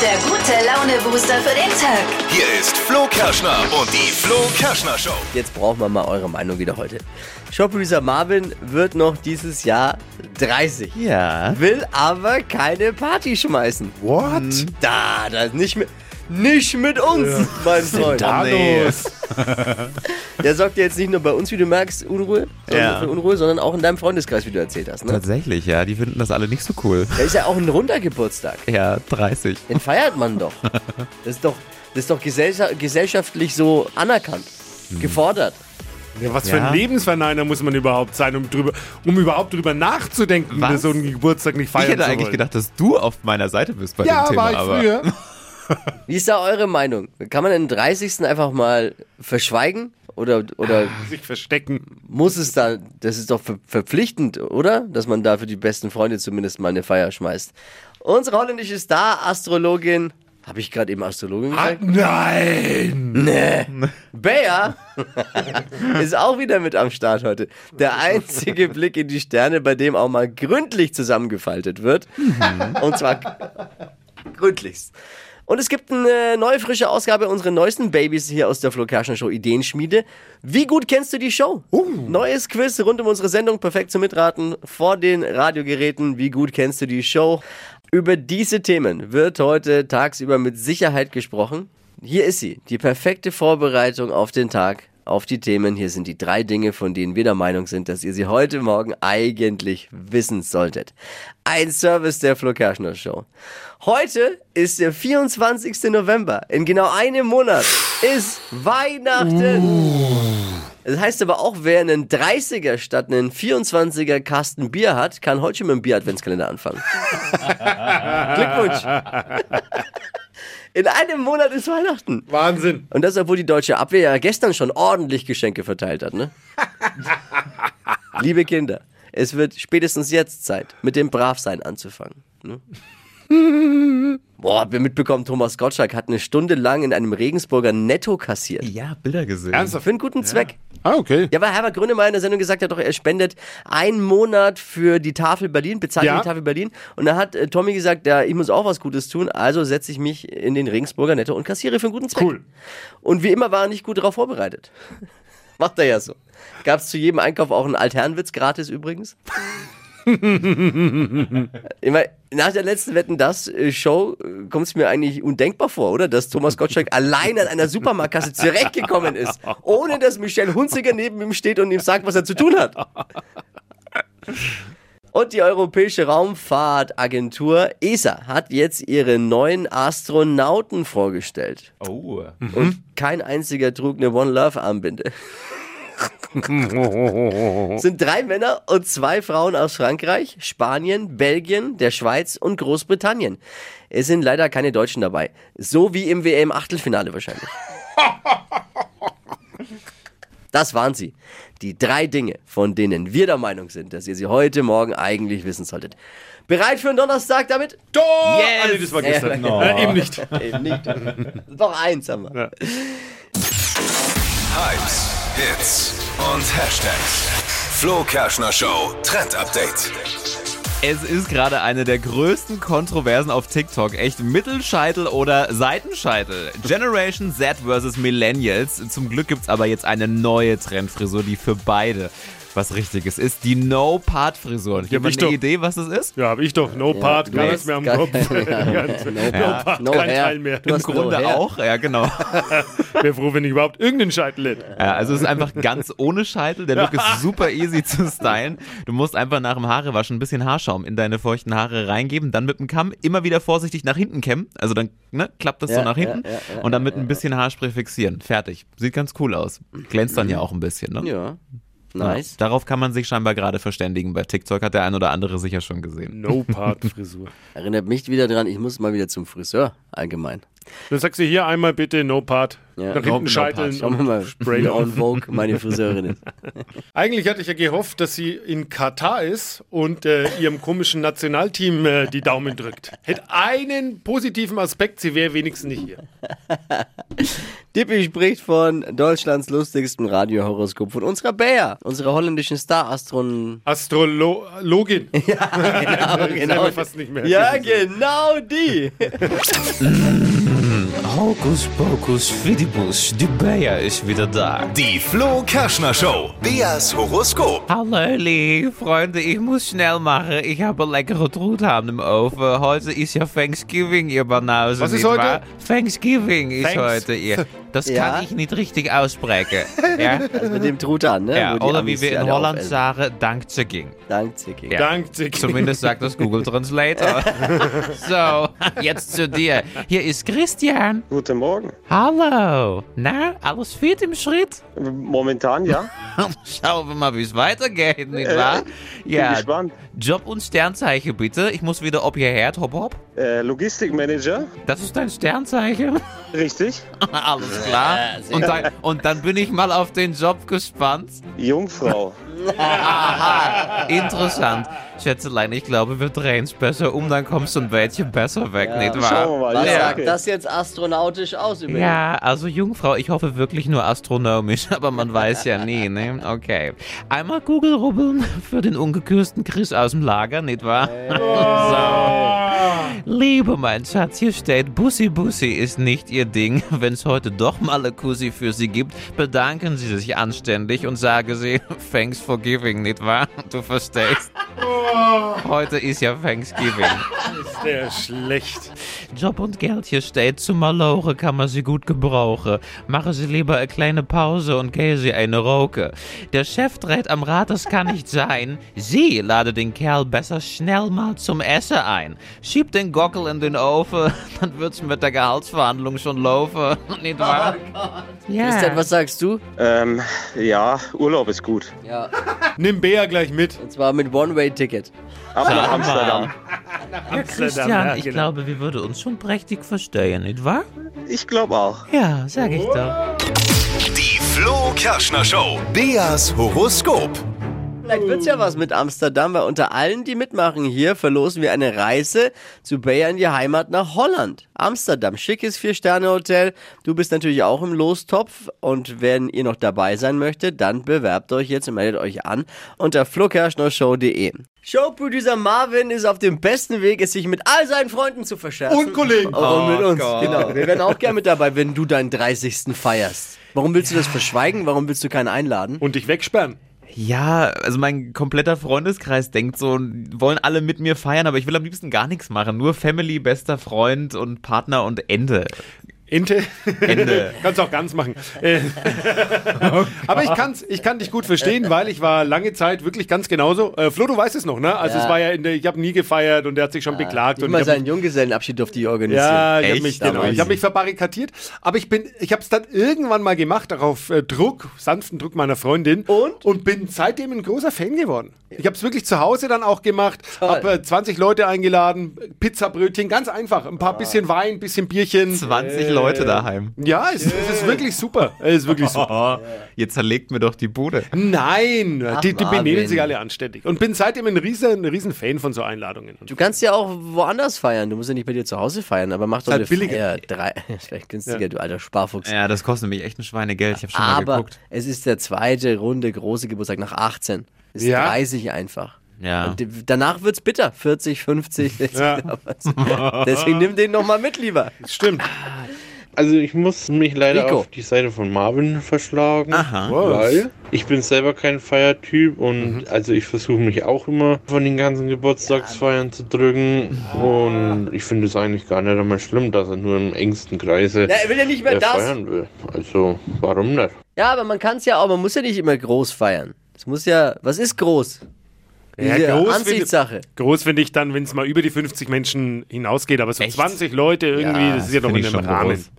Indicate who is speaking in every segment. Speaker 1: der gute Laune-Booster für den Tag.
Speaker 2: Hier ist Flo Kerschner und die Flo Kerschner Show.
Speaker 3: Jetzt brauchen wir mal eure Meinung wieder heute. Shop-User Marvin wird noch dieses Jahr 30.
Speaker 4: Ja.
Speaker 3: Will aber keine Party schmeißen. Hm,
Speaker 4: What?
Speaker 3: Da, das nicht mit. Nicht mit uns, mein Freund.
Speaker 4: da los?
Speaker 3: Der sorgt ja jetzt nicht nur bei uns, wie du merkst, Unruhe, sondern
Speaker 4: Ja.
Speaker 3: für Unruhe, sondern auch in deinem Freundeskreis, wie du erzählt hast. Ne?
Speaker 4: Tatsächlich, ja. Die finden das alle nicht so cool.
Speaker 3: Da ist ja auch ein runder Geburtstag.
Speaker 4: Ja, 30.
Speaker 3: Den feiert man doch. Das ist doch, das ist doch gesellscha- gesellschaftlich so anerkannt,
Speaker 4: Hm.
Speaker 3: gefordert.
Speaker 5: Ja, was für
Speaker 4: Ja.
Speaker 5: ein Lebensverneiner muss man überhaupt sein, um, drüber, um überhaupt drüber nachzudenken,
Speaker 4: Was?
Speaker 5: so einen Geburtstag nicht feiern
Speaker 4: Ich hätte
Speaker 5: zu
Speaker 4: eigentlich
Speaker 5: wollen.
Speaker 4: gedacht, dass du auf meiner Seite bist bei
Speaker 5: ja,
Speaker 4: dem Thema.
Speaker 5: war ich
Speaker 4: aber
Speaker 5: früher.
Speaker 3: Wie ist da eure Meinung? Kann man den 30. einfach mal verschweigen? Oder, oder
Speaker 5: Sich verstecken.
Speaker 3: muss es da, das ist doch ver verpflichtend, oder? Dass man da für die besten Freunde zumindest mal eine Feier schmeißt. Unsere holländische Star-Astrologin, habe ich gerade eben Astrologin gesagt?
Speaker 5: Nein!
Speaker 3: Bea ist auch wieder mit am Start heute. Der einzige Blick in die Sterne, bei dem auch mal gründlich zusammengefaltet wird. Und zwar gründlichst. Und es gibt eine neue, frische Ausgabe unserer neuesten Babys hier aus der Flo Kerschner Show Ideenschmiede. Wie gut kennst du die Show? Neues Quiz rund um unsere Sendung, perfekt zum Mitraten vor den Radiogeräten. Wie gut kennst du die Show? Über diese Themen wird heute tagsüber mit Sicherheit gesprochen. Hier ist sie, die perfekte Vorbereitung auf den Tag, auf die Themen. Hier sind die drei Dinge, von denen wir der Meinung sind, dass ihr sie heute Morgen eigentlich wissen solltet. Ein Service der Flo Kerschner Show. Heute ist der 24. November. In genau einem Monat ist Weihnachten. Das heißt aber auch, wer einen 30er statt einen 24er Kasten Bier hat, kann heute schon mit dem Bier-Adventskalender anfangen. Glückwunsch. In einem Monat ist Weihnachten.
Speaker 5: Wahnsinn.
Speaker 3: Und das, obwohl die deutsche Abwehr ja gestern schon ordentlich Geschenke verteilt hat, ne? Liebe Kinder, es wird spätestens jetzt Zeit, mit dem Bravsein anzufangen. Ne? Boah, habt ihr mitbekommen, Thomas Gottschalk hat eine Stunde lang in einem Regensburger Netto kassiert.
Speaker 4: Ja, Bilder gesehen.
Speaker 3: Für
Speaker 5: Ernsthaft?
Speaker 3: einen guten Zweck.
Speaker 5: Ah, okay.
Speaker 3: Ja, weil Herbert Grönemeyer in der Sendung gesagt hat, doch, er spendet einen Monat für die Tafel Berlin, bezahlt
Speaker 5: Ja.
Speaker 3: die Tafel Berlin. Und da hat äh, Tommy gesagt, ja, ich muss auch was Gutes tun, also setze ich mich in den Regensburger Netto und kassiere für einen guten Zweck.
Speaker 5: Cool.
Speaker 3: Und wie immer war er nicht gut darauf vorbereitet. Macht er ja so. Gab es zu jedem Einkauf auch einen Altherrenwitz gratis übrigens? Ich meine, nach der letzten Wetten das äh, Show kommt es mir eigentlich undenkbar vor, oder? Dass Thomas Gottschalk allein an einer Supermarktkasse zurechtgekommen ist, ohne dass Michelle Hunziker neben ihm steht und ihm sagt, was er zu tun hat. Und die Europäische Raumfahrtagentur ESA hat jetzt ihre neuen Astronauten vorgestellt.
Speaker 4: Oh.
Speaker 5: Hm.
Speaker 3: Und kein einziger trug eine One Love Armbinde. Sind drei Männer und zwei Frauen aus Frankreich, Spanien, Belgien, der Schweiz und Großbritannien. Es sind leider keine Deutschen dabei. So wie im WM-Achtelfinale wahrscheinlich. Das waren sie. Die drei Dinge, von denen wir der Meinung sind, dass ihr sie heute Morgen eigentlich wissen solltet. Bereit für einen Donnerstag damit?
Speaker 5: Tor! Ah, nee, das war gestern.
Speaker 3: Ja,
Speaker 5: Äh, eben nicht.
Speaker 3: Eben nicht. Doch eins haben wir.
Speaker 2: Hypes, Hits und Hashtags. Flo Kerschner Show Trend Update.
Speaker 4: Es ist gerade eine der größten Kontroversen auf TikTok. Echt Mittelscheitel oder Seitenscheitel. Generation Z versus Millennials. Zum Glück gibt's aber jetzt eine neue Trendfrisur, die für beide was Richtiges ist. Die No-Part-Frisur. Ich
Speaker 5: Ja,
Speaker 4: habe
Speaker 5: mich
Speaker 4: eine
Speaker 5: doch.
Speaker 4: Idee, was das ist?
Speaker 5: Ja, hab ich doch. No Part,
Speaker 3: du
Speaker 5: gar
Speaker 3: hast
Speaker 5: nichts mehr am
Speaker 3: gar
Speaker 5: Kopf.
Speaker 3: keine-
Speaker 5: Ganz-
Speaker 3: No
Speaker 5: no
Speaker 3: Part,
Speaker 5: Part,
Speaker 3: no
Speaker 5: kein
Speaker 3: hair.
Speaker 5: Teil mehr.
Speaker 3: Du
Speaker 4: Im
Speaker 3: hast-
Speaker 4: Grunde
Speaker 3: her.
Speaker 4: auch, ja genau.
Speaker 5: Wäre froh, wenn ich überhaupt irgendeinen Scheitel hätte.
Speaker 4: Ja, also es ist einfach ganz ohne Scheitel. Der Look ist super easy zu stylen. Du musst einfach nach dem Haarewaschen ein bisschen Haarschaum in deine feuchten Haare reingeben, dann mit dem Kamm immer wieder vorsichtig nach hinten kämmen. Also dann ne, klappt das
Speaker 3: Ja,
Speaker 4: so nach hinten
Speaker 3: ja, ja, ja,
Speaker 4: und dann mit ein bisschen Haarspray fixieren. Fertig. Sieht ganz cool aus. Glänzt dann ja auch ein bisschen. Ne?
Speaker 3: Ja.
Speaker 4: Ja.
Speaker 3: Nice.
Speaker 4: Darauf kann man sich scheinbar gerade verständigen. Bei TikTok hat der ein oder andere sicher schon gesehen.
Speaker 5: No Part Frisur.
Speaker 3: Erinnert mich wieder dran, ich muss mal wieder zum Friseur allgemein.
Speaker 5: Dann sagst du hier einmal bitte No Part.
Speaker 3: Ja.
Speaker 5: Nach
Speaker 4: No
Speaker 5: hinten
Speaker 4: Part.
Speaker 5: scheiteln
Speaker 3: Schauen wir mal,
Speaker 5: und Spray
Speaker 3: wie on
Speaker 5: on.
Speaker 3: Vogue meine Friseurin ist.
Speaker 5: Eigentlich hatte ich ja gehofft, dass sie in Katar ist und äh, ihrem komischen Nationalteam äh, die Daumen drückt. Hätte einen positiven Aspekt, sie wäre wenigstens nicht hier.
Speaker 3: Dippi spricht von Deutschlands lustigstem Radiohoroskop von unserer Bea, unserer holländischen Star-Astronomin.
Speaker 5: Astrologin.
Speaker 3: Genau,
Speaker 5: selber fast nicht mehr.
Speaker 3: Ja, genau die.
Speaker 4: Hokus pokus fidibus, die Bayer ist wieder da.
Speaker 2: Die Flo Kerschner Show. Beas Horoskop.
Speaker 4: Hallo, liebe Freunde, ich muss schnell machen. Ich habe leckere Truthahn im Ofen. Heute ist ja Thanksgiving, ihr Banausen.
Speaker 5: Was ist
Speaker 4: nicht
Speaker 5: heute?
Speaker 4: wahr? Thanksgiving ist
Speaker 5: Thanks-
Speaker 4: heute, ihr. Das
Speaker 3: Ja.
Speaker 4: kann ich nicht richtig aussprechen. ja?
Speaker 3: Also mit dem Truthahn, ne?
Speaker 4: Ja,
Speaker 3: Wo die
Speaker 4: oder
Speaker 3: Amis
Speaker 4: wie wir
Speaker 3: die
Speaker 4: in
Speaker 3: alle
Speaker 4: Holland
Speaker 3: aufessen.
Speaker 4: sagen, Dankzeging.
Speaker 3: Dank, Zicki.
Speaker 4: Ja.
Speaker 5: Danke.
Speaker 4: Zumindest sagt das Google Translator. so, jetzt zu dir. Hier ist Christian.
Speaker 6: Guten Morgen.
Speaker 4: Hallo. Na, alles fit im Schritt?
Speaker 6: Momentan ja.
Speaker 4: Schauen wir mal, wie es weitergeht, nicht wahr?
Speaker 6: Bin
Speaker 4: Ja,
Speaker 6: gespannt.
Speaker 4: Job und Sternzeichen bitte. Ich muss wieder ob ihr hört, hopp hopp.
Speaker 6: Äh, Logistikmanager,
Speaker 4: Das ist dein Sternzeichen.
Speaker 6: richtig.
Speaker 4: Alles klar. Und dann, und dann bin ich mal auf den Job gespannt.
Speaker 6: Jungfrau.
Speaker 4: Aha, interessant. Schätzelein, ich glaube, wir drehen es besser um, dann kommst du ein Wäldchen besser weg,
Speaker 3: Ja.
Speaker 4: nicht
Speaker 6: Schauen wir
Speaker 4: wahr?
Speaker 6: mal.
Speaker 3: Was
Speaker 6: ja,
Speaker 3: sagt
Speaker 6: okay.
Speaker 3: das jetzt astronautisch aus über
Speaker 4: Ja, also Jungfrau, ich hoffe wirklich nur astronomisch, aber man weiß ja nie, ne? Okay. Einmal Google rubbeln für den ungekürzten Chris aus dem Lager, nicht wahr? So. Liebe mein Schatz, hier steht, Bussi Bussi ist nicht ihr Ding. Wenn es heute doch mal eine Kussi für sie gibt, bedanken sie sich anständig und sagen sie, thanks for giving, nicht wahr? Du verstehst. Heute ist ja Thanksgiving.
Speaker 5: Ist der schlecht.
Speaker 4: Job und Geld hier steht, zu Malore kann man sie gut gebrauchen. Mache sie lieber eine kleine Pause und gehe sie eine Roke. Der Chef dreht am Rad, das kann nicht sein. Sie lade den Kerl besser schnell mal zum Essen ein. Schieb den Gockel in den Ofen, dann wird's mit der Gehaltsverhandlung schon laufen. Nicht wahr? Ja.
Speaker 3: Christian, was sagst du?
Speaker 6: Ähm, ja, Urlaub ist gut.
Speaker 3: Ja.
Speaker 5: Nimm Bea gleich mit.
Speaker 3: Und zwar mit One-Way-Ticket.
Speaker 6: Ab nach Amsterdam.
Speaker 4: Ja, Christian, ich glaube, wir würden uns schon prächtig verstehen, nicht wahr?
Speaker 6: Ich glaube auch.
Speaker 4: Ja, sag ich doch.
Speaker 2: Die Flo Kerschner Show. Beas Horoskop.
Speaker 3: Vielleicht wird's ja was mit Amsterdam, weil unter allen, die mitmachen hier, verlosen wir eine Reise zu Bayer in die Heimat nach Holland. Amsterdam, schickes Vier-Sterne-Hotel. Du bist natürlich auch im Lostopf und wenn ihr noch dabei sein möchtet, dann bewerbt euch jetzt und meldet euch an unter flokerschnershow.de. Showproducer Marvin ist auf dem besten Weg, es sich mit all seinen Freunden zu verschärfen.
Speaker 5: Und Kollegen.
Speaker 3: Oh, und mit uns,
Speaker 4: Gott.
Speaker 3: genau. Wir wären auch gern mit dabei, wenn du deinen 30. feierst. Warum willst du das verschweigen? Warum willst du keinen einladen?
Speaker 5: Und dich wegsperren.
Speaker 4: Ja, also mein kompletter Freundeskreis denkt so, wollen alle mit mir feiern, aber ich will am liebsten gar nichts machen. Nur Family, bester Freund und Partner und Ende.
Speaker 5: Ente.
Speaker 4: Ende.
Speaker 5: Kannst auch ganz machen. Äh, Aber ich, kann's, ich kann dich gut verstehen, weil ich war lange Zeit wirklich ganz genauso. Äh, Flo, du weißt es noch, ne? Also
Speaker 3: Ja.
Speaker 5: es war ja in der, ich habe nie gefeiert und er hat sich schon beklagt.
Speaker 3: Nicht
Speaker 5: Und
Speaker 3: mal
Speaker 5: ich hab,
Speaker 3: seinen Junggesellenabschied durfte ich organisieren.
Speaker 5: ja, ich habe
Speaker 4: Echt?
Speaker 5: mich,
Speaker 4: Da
Speaker 5: genau,
Speaker 4: war
Speaker 5: ich
Speaker 4: sie.
Speaker 5: hab mich verbarrikadiert. Aber ich bin, ich habe es dann irgendwann mal gemacht, auch auf äh, Druck, sanften Druck meiner Freundin.
Speaker 3: Und?
Speaker 5: Und bin seitdem ein großer Fan geworden. Ich habe es wirklich zu Hause dann auch gemacht.
Speaker 3: Toll.
Speaker 5: Habe äh, 20 Leute eingeladen, Pizzabrötchen, ganz einfach. Ein
Speaker 3: Ah.
Speaker 5: paar bisschen Wein, bisschen Bierchen.
Speaker 4: 20
Speaker 5: Äh.
Speaker 4: Leute daheim.
Speaker 5: Ja, es, es ist wirklich super. Es ist wirklich super.
Speaker 4: Oh, jetzt zerlegt mir doch die Bude.
Speaker 5: Nein, die, die
Speaker 3: Marvin.
Speaker 5: benehmen sich alle anständig. Und bin seitdem ein riesen, ein riesen Fan von so Einladungen.
Speaker 3: Du kannst ja auch woanders feiern. Du musst ja nicht bei dir zu Hause feiern, aber mach doch
Speaker 5: Halt
Speaker 3: eine
Speaker 5: billiger.
Speaker 3: Feier. Drei, vielleicht günstiger, du alter Sparfuchs.
Speaker 4: Ja, das kostet mich echt ein Schweinegeld. Ich habe schon mal
Speaker 3: aber
Speaker 4: geguckt.
Speaker 3: es ist der zweite runde große Geburtstag nach 18. Ist
Speaker 5: Ja.
Speaker 3: 30 einfach.
Speaker 4: Ja.
Speaker 3: Und d- danach wird's bitter. 40, 50. Deswegen nimm den nochmal mit lieber.
Speaker 5: Stimmt.
Speaker 7: Also ich muss mich leider
Speaker 3: Rico.
Speaker 7: auf die Seite von Marvin verschlagen,
Speaker 4: Aha.
Speaker 7: weil ich bin selber kein Feiertyp und
Speaker 3: Mhm.
Speaker 7: also ich versuche mich auch immer von den ganzen Geburtstagsfeiern zu drücken und ich finde es eigentlich gar nicht einmal schlimm, dass er nur im engsten Kreise
Speaker 3: Ja, er will ja nicht mehr
Speaker 7: äh,
Speaker 3: das.
Speaker 7: feiern will. Also warum nicht?
Speaker 3: Ja, aber man kann's ja auch. Man muss ja nicht immer groß feiern. Es muss ja, was ist groß? Diese Ansichtssache.
Speaker 5: Wenn, groß finde ich dann, wenn es mal über die 50 Menschen hinausgeht, aber so
Speaker 4: Echt?
Speaker 5: 20 Leute irgendwie,
Speaker 3: Ja,
Speaker 5: das ist ja doch
Speaker 4: Find
Speaker 5: in
Speaker 4: ich
Speaker 5: einem
Speaker 4: schon
Speaker 5: Rahmen.
Speaker 4: groß.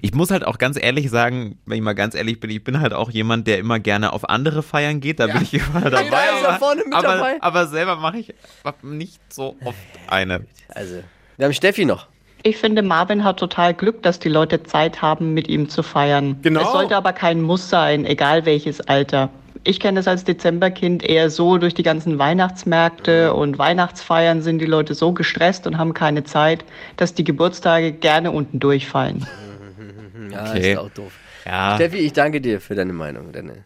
Speaker 4: Ich muss halt auch ganz ehrlich sagen, wenn ich mal ganz ehrlich bin, ich bin halt auch jemand, der immer gerne auf andere feiern geht. Da bin ich immer dabei.
Speaker 3: ist da
Speaker 4: aber-
Speaker 3: vorne mit
Speaker 4: aber,
Speaker 3: dabei.
Speaker 4: aber selber mache ich nicht so oft eine.
Speaker 3: Also, wir haben Steffi noch.
Speaker 8: Ich finde, Marvin hat total Glück, dass die Leute Zeit haben, mit ihm zu feiern.
Speaker 5: Genau.
Speaker 8: Es sollte aber kein Muss sein, egal welches Alter. Ich kenne es als Dezemberkind eher so durch die ganzen Weihnachtsmärkte und Weihnachtsfeiern sind die Leute so gestresst und haben keine Zeit, dass die Geburtstage gerne unten durchfallen.
Speaker 3: Ja,
Speaker 4: Okay.
Speaker 3: Ah,
Speaker 4: Ah.
Speaker 3: ist auch doof.
Speaker 4: Ja,
Speaker 3: Steffi, ich danke dir für deine Meinung, deine,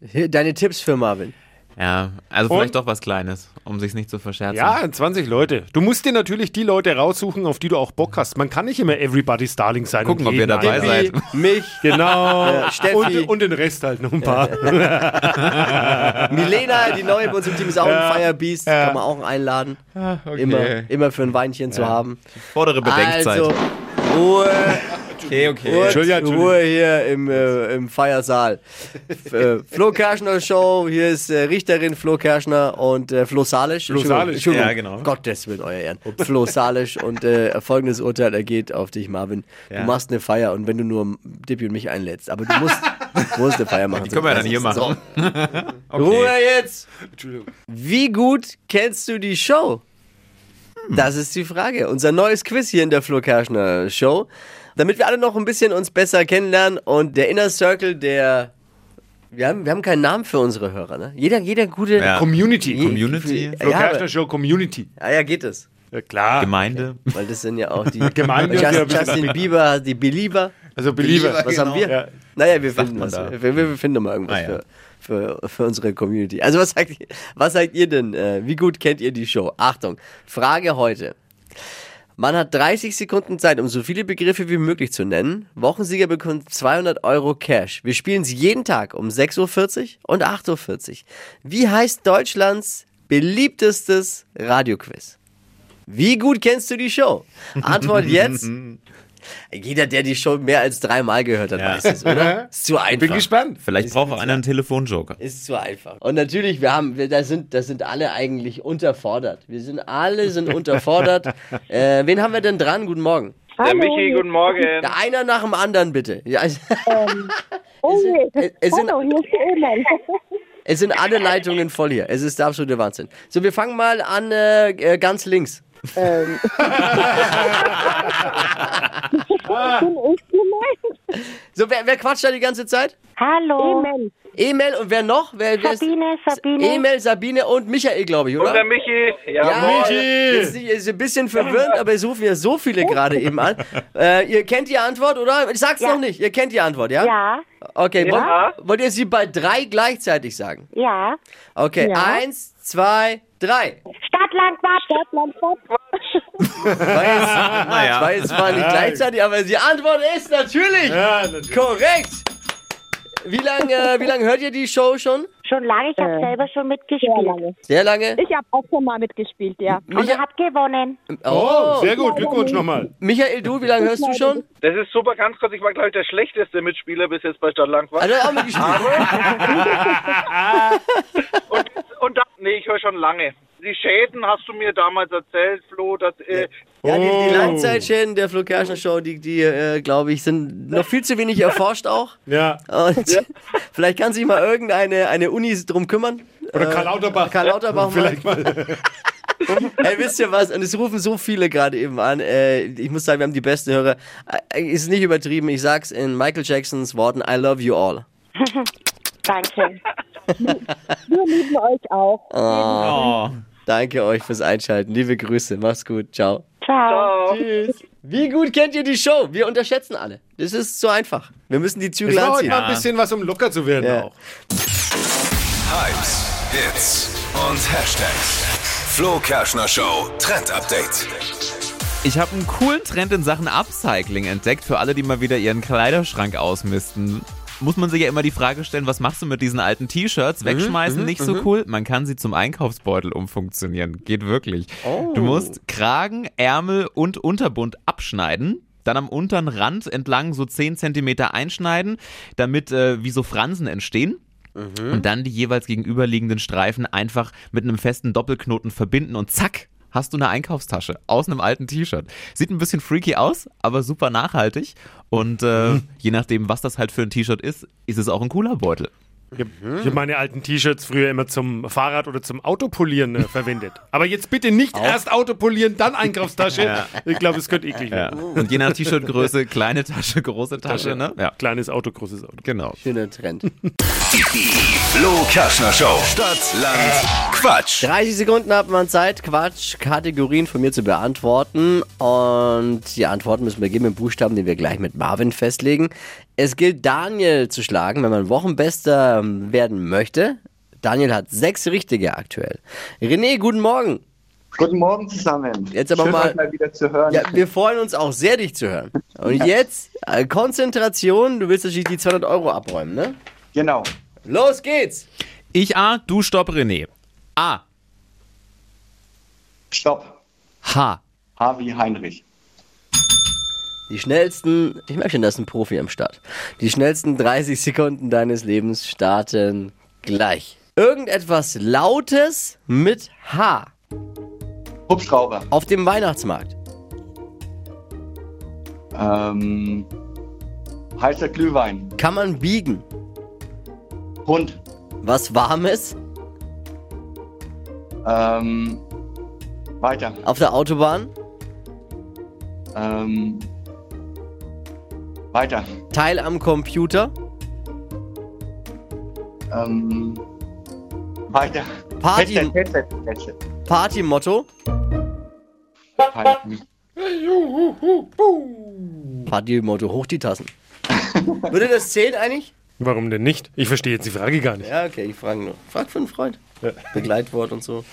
Speaker 3: deine Tipps für Marvin.
Speaker 4: ja. Also vielleicht
Speaker 5: Und-
Speaker 4: doch was Kleines, um sich nicht zu verscherzen.
Speaker 5: Ja, 20 Leute. Du musst dir natürlich die Leute raussuchen, auf die du auch Bock hast. Man kann nicht immer Everybody's Darling sein.
Speaker 4: Gucken,
Speaker 5: und
Speaker 4: ob ihr
Speaker 5: jeden
Speaker 4: dabei
Speaker 5: einladen.
Speaker 4: seid.
Speaker 3: Wie mich,
Speaker 5: Genau.
Speaker 3: Steffi.
Speaker 5: Und, und den Rest halt noch ein paar.
Speaker 3: Milena, die neue bei uns im Team ist auch ein Firebeast, kann man auch einladen.
Speaker 4: Ah,
Speaker 3: Immer, immer für ein Weinchen zu haben.
Speaker 4: Vordere Bedenkzeit.
Speaker 3: Also, Ruhe,
Speaker 4: okay, okay.
Speaker 3: Ruhe,
Speaker 5: Entschuldigung, Entschuldigung.
Speaker 3: Ruhe hier im, äh, im Feiersaal. F- äh, Flo Kerschner Show, hier ist äh, Richterin Flo Kerschner und äh, Flo Salisch. Flo
Speaker 5: Salisch.
Speaker 3: Entschuldigung,
Speaker 4: Ja, genau.
Speaker 3: Gottes Willen, euer Ehren. Flo Salisch und äh, folgendes Urteil ergeht auf dich, Marvin.
Speaker 4: Ja.
Speaker 3: Du machst eine Feier und wenn du nur Dippi und mich einlädst, aber du musst, musst eine Feier machen. Die
Speaker 4: können wir dann hier machen.
Speaker 3: Ruhe jetzt! Wie gut kennst du die Show? Das ist die Frage. Unser neues Quiz hier in der Flo Kerschner Show. Damit wir alle noch ein bisschen uns besser kennenlernen und der Inner Circle, der. Wir haben, wir haben keinen Namen für unsere Hörer, ne? Jeder, jeder gute.
Speaker 4: Ja.
Speaker 5: Community.
Speaker 3: Je-
Speaker 4: Community?
Speaker 5: Flo
Speaker 3: Ja,
Speaker 5: Kerschner
Speaker 3: aber,
Speaker 5: Show Community.
Speaker 3: ah, ja, geht es.
Speaker 5: Ja, klar.
Speaker 4: Gemeinde.
Speaker 3: Weil das sind ja auch die.
Speaker 5: Gemeinde ist ja ein
Speaker 3: Justin,
Speaker 5: bisschen
Speaker 3: Justin
Speaker 5: anders.
Speaker 3: Bieber, die Belieber.
Speaker 5: Also Belieber.
Speaker 3: Was haben wir?
Speaker 5: Ja.
Speaker 3: Naja, wir finden,
Speaker 4: man
Speaker 3: was,
Speaker 4: da?
Speaker 3: wir, wir wir finden mal irgendwas
Speaker 4: Ah, ja.
Speaker 3: für, für, für unsere Community. Also was sagt, ihr- was sagt ihr denn? Äh, wie gut kennt ihr die Show? Achtung, Frage heute. Man hat 30 Sekunden Zeit, um so viele Begriffe wie möglich zu nennen. Wochensieger bekommt 200 Euro Cash. Wir spielen sie jeden Tag um 6.40 Uhr und 8.40 Uhr. Wie heißt Deutschlands beliebtestes Radioquiz? Wie gut kennst du die Show? Antwort jetzt. Jeder, der die Show mehr als dreimal gehört hat,
Speaker 4: Ja.
Speaker 3: weiß es, oder? Ist zu einfach.
Speaker 5: Bin gespannt.
Speaker 4: Vielleicht braucht auch einer einen Telefonjoker.
Speaker 3: Ist zu einfach. Und natürlich, wir haben, wir, da sind, das sind alle eigentlich unterfordert. Wir sind alle sind unterfordert. äh, wen haben wir denn dran? Guten Morgen.
Speaker 9: Der Michi, guten Morgen.
Speaker 3: Ja, einer nach dem anderen bitte. Ja, es,
Speaker 9: Ähm, Oh
Speaker 3: sind-
Speaker 9: je,
Speaker 3: es- es sind-
Speaker 9: hallo, hier ist der Ehemann.
Speaker 3: es sind alle Leitungen voll hier. Es ist der absolute Wahnsinn. So, wir fangen mal an äh, äh, ganz links.
Speaker 9: ähm. ich bin echt gemein.
Speaker 3: So, wer, wer quatscht da die ganze Zeit?
Speaker 10: Hallo,
Speaker 9: Ehemann.
Speaker 3: Emel und wer noch? Wer, wer ist-
Speaker 10: Sabine, Sabine.
Speaker 3: Emel, Sabine und Michael, glaube ich, oder?
Speaker 9: Der Michi,
Speaker 3: Ja,
Speaker 5: Michi!
Speaker 3: Ist, ist ein bisschen verwirrend, aber es rufen ja so viele gerade eben an. Äh, ihr kennt die Antwort, oder? Ich sag's noch nicht. Ihr kennt die Antwort, ja?
Speaker 10: Ja,
Speaker 3: Okay,
Speaker 9: Ja.
Speaker 3: Wollt, wollt ihr sie bei drei gleichzeitig sagen?
Speaker 10: ja.
Speaker 3: Okay,
Speaker 10: Ja.
Speaker 3: eins, zwei, drei.
Speaker 10: Stadtland Quatsch.
Speaker 9: Stadtland, Stadtland.
Speaker 3: Weiß,
Speaker 4: Naja.
Speaker 3: Zwei, es war nicht gleichzeitig, aber die Antwort ist natürlich
Speaker 5: Ja, natürlich.
Speaker 3: korrekt. Wie lange äh, wie lang hört ihr die Show schon?
Speaker 10: Schon lange, ich habe selber schon
Speaker 9: Äh. Sehr
Speaker 10: mitgespielt.
Speaker 9: lange.
Speaker 3: Sehr lange.
Speaker 9: Ich habe auch schon mal mitgespielt, ja.
Speaker 10: Und ich habe gewonnen.
Speaker 5: Oh, sehr gut. Glückwunsch nochmal.
Speaker 3: Michael, du, wie lange hörst du schon?
Speaker 9: Das ist super, ganz kurz. Ich war, glaube ich, der schlechteste Mitspieler bis jetzt bei Stadtland.
Speaker 3: Also auch mitgespielt.
Speaker 9: Und, und da, nee, ich höre schon lange. Die Schäden hast du mir damals erzählt, Flo, dass äh,
Speaker 3: Ja, die, die
Speaker 5: Oh.
Speaker 3: Langzeitschäden der Flo Kerschner Show, die, die äh, glaube ich, sind noch viel zu wenig erforscht auch.
Speaker 5: Ja.
Speaker 3: Und vielleicht kann sich mal irgendeine eine Uni drum kümmern.
Speaker 5: Oder Karl Lauterbach.
Speaker 3: Karl Lauterbach mal.
Speaker 5: Vielleicht mal.
Speaker 3: Ey, wisst ihr was? Und es rufen so viele gerade eben an. Äh, ich muss sagen, wir haben die besten Hörer. Äh, ist nicht übertrieben. Ich sag's in Michael Jacksons Worten: I love you all.
Speaker 10: Danke.
Speaker 9: wir lieben euch auch.
Speaker 4: Oh.
Speaker 3: Danke euch fürs Einschalten. Liebe Grüße. Macht's gut. Ciao.
Speaker 10: Ciao.
Speaker 3: Wie gut kennt ihr die Show? Wir unterschätzen alle. Das ist so einfach. Wir müssen die
Speaker 5: Es
Speaker 3: Zügel
Speaker 5: war heute
Speaker 3: anziehen.
Speaker 5: mal ein bisschen was, um locker zu werden
Speaker 3: Ja.
Speaker 5: auch.
Speaker 2: Hypes, Hits und Hashtags. Flo Kerschner Show Trend Update.
Speaker 4: Ich habe einen coolen Trend in Sachen Upcycling entdeckt für alle, die mal wieder ihren Kleiderschrank ausmisten. Muss man sich ja immer die Frage stellen, was machst du mit diesen alten T-Shirts? Wegschmeißen, nicht so cool. Man kann sie zum Einkaufsbeutel umfunktionieren. Geht wirklich. Du musst Kragen, Ärmel und Unterbund abschneiden. Dann am unteren Rand entlang so 10 cm einschneiden, damit äh, wie so Fransen entstehen. Und dann die jeweils gegenüberliegenden Streifen einfach mit einem festen Doppelknoten verbinden und zack, hast du eine Einkaufstasche aus einem alten T-Shirt. Sieht ein bisschen freaky aus, aber super Mhm. nachhaltig. Und äh, je nachdem, was das halt für ein T-Shirt ist, ist es auch ein cooler Beutel.
Speaker 5: Ich habe meine alten T-Shirts früher immer zum Fahrrad oder zum Autopolieren äh, verwendet. Aber jetzt bitte nicht erst Autopolieren, dann Einkaufstasche.
Speaker 4: Ja.
Speaker 5: Ich glaube, es könnte eklig
Speaker 4: Ja.
Speaker 5: werden.
Speaker 4: Oh. Und je nach T-Shirt-Größe, kleine Tasche, große Tasche, ne? Ja,
Speaker 5: Kleines Auto, großes Auto.
Speaker 4: genau.
Speaker 3: Schöner Trend.
Speaker 2: Die Flo Kerschner Show. Stadt, Land, Quatsch.
Speaker 3: 30 Sekunden hat man Zeit, Quatsch, Kategorien von mir zu beantworten. Und die Antworten müssen wir geben im Buchstaben, den wir gleich mit Marvin festlegen. Es gilt, Daniel zu schlagen, wenn man Wochenbester ähm, werden möchte. Daniel hat sechs richtige aktuell. René, guten Morgen.
Speaker 11: Guten Morgen zusammen.
Speaker 3: Jetzt aber
Speaker 11: Schön,
Speaker 3: mal-
Speaker 11: euch mal wieder zu hören.
Speaker 3: Ja, wir freuen uns auch sehr, dich zu hören. Und jetzt äh, Konzentration. Du willst natürlich die 200 Euro abräumen, ne?
Speaker 11: Genau.
Speaker 3: Los geht's.
Speaker 4: Ich A, du Stopp René. A,
Speaker 11: Stopp.
Speaker 4: H.
Speaker 11: H wie Heinrich.
Speaker 3: Die schnellsten, ich merke schon, da ist ein Profi am Start. Die schnellsten 30 Sekunden deines Lebens starten gleich. Irgendetwas Lautes mit H
Speaker 11: Hubschrauber.
Speaker 3: auf dem Weihnachtsmarkt.
Speaker 11: Ähm, heißer Glühwein.
Speaker 3: Kann man biegen.
Speaker 11: Hund.
Speaker 3: Was Warmes
Speaker 11: Ähm, weiter.
Speaker 3: auf der Autobahn.
Speaker 11: Ähm, weiter.
Speaker 3: Teil am Computer.
Speaker 11: Ähm, weiter.
Speaker 3: Party-
Speaker 11: Headset, Headset, Headset.
Speaker 3: Partymotto.
Speaker 11: Halten.
Speaker 3: Partymotto, hoch die Tassen. Würde das zählen eigentlich?
Speaker 5: Warum denn nicht? Ich verstehe jetzt die Frage gar nicht.
Speaker 3: Ja, okay, ich frage nur. Frag für einen Freund. Begleitwort und so.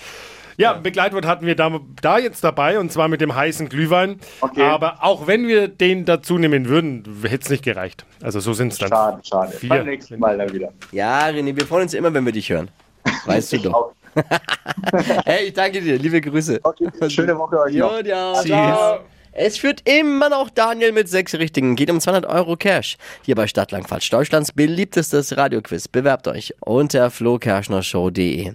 Speaker 5: Ja, Begleitwort hatten wir da, da jetzt dabei und zwar mit dem heißen Glühwein.
Speaker 11: Okay.
Speaker 5: Aber auch wenn wir den dazu nehmen würden, hätte es nicht gereicht. Also so sind es dann.
Speaker 11: Schade, schade.
Speaker 5: Vier.
Speaker 11: Beim nächsten Mal dann wieder.
Speaker 3: Ja, René, wir freuen uns immer, wenn wir dich hören. Weißt du
Speaker 11: Ich
Speaker 3: doch.
Speaker 11: auch.
Speaker 3: Hey, ich danke dir. Liebe Grüße.
Speaker 11: Okay, schöne Woche euch noch.
Speaker 3: Jo, ja. Ciao. Es führt immer noch Daniel mit sechs Richtigen. Geht um 200 Euro Cash. Hier bei Stadtlangquatsch, Deutschlands beliebtestes Radioquiz. Bewerbt euch unter flokerschnershow.de.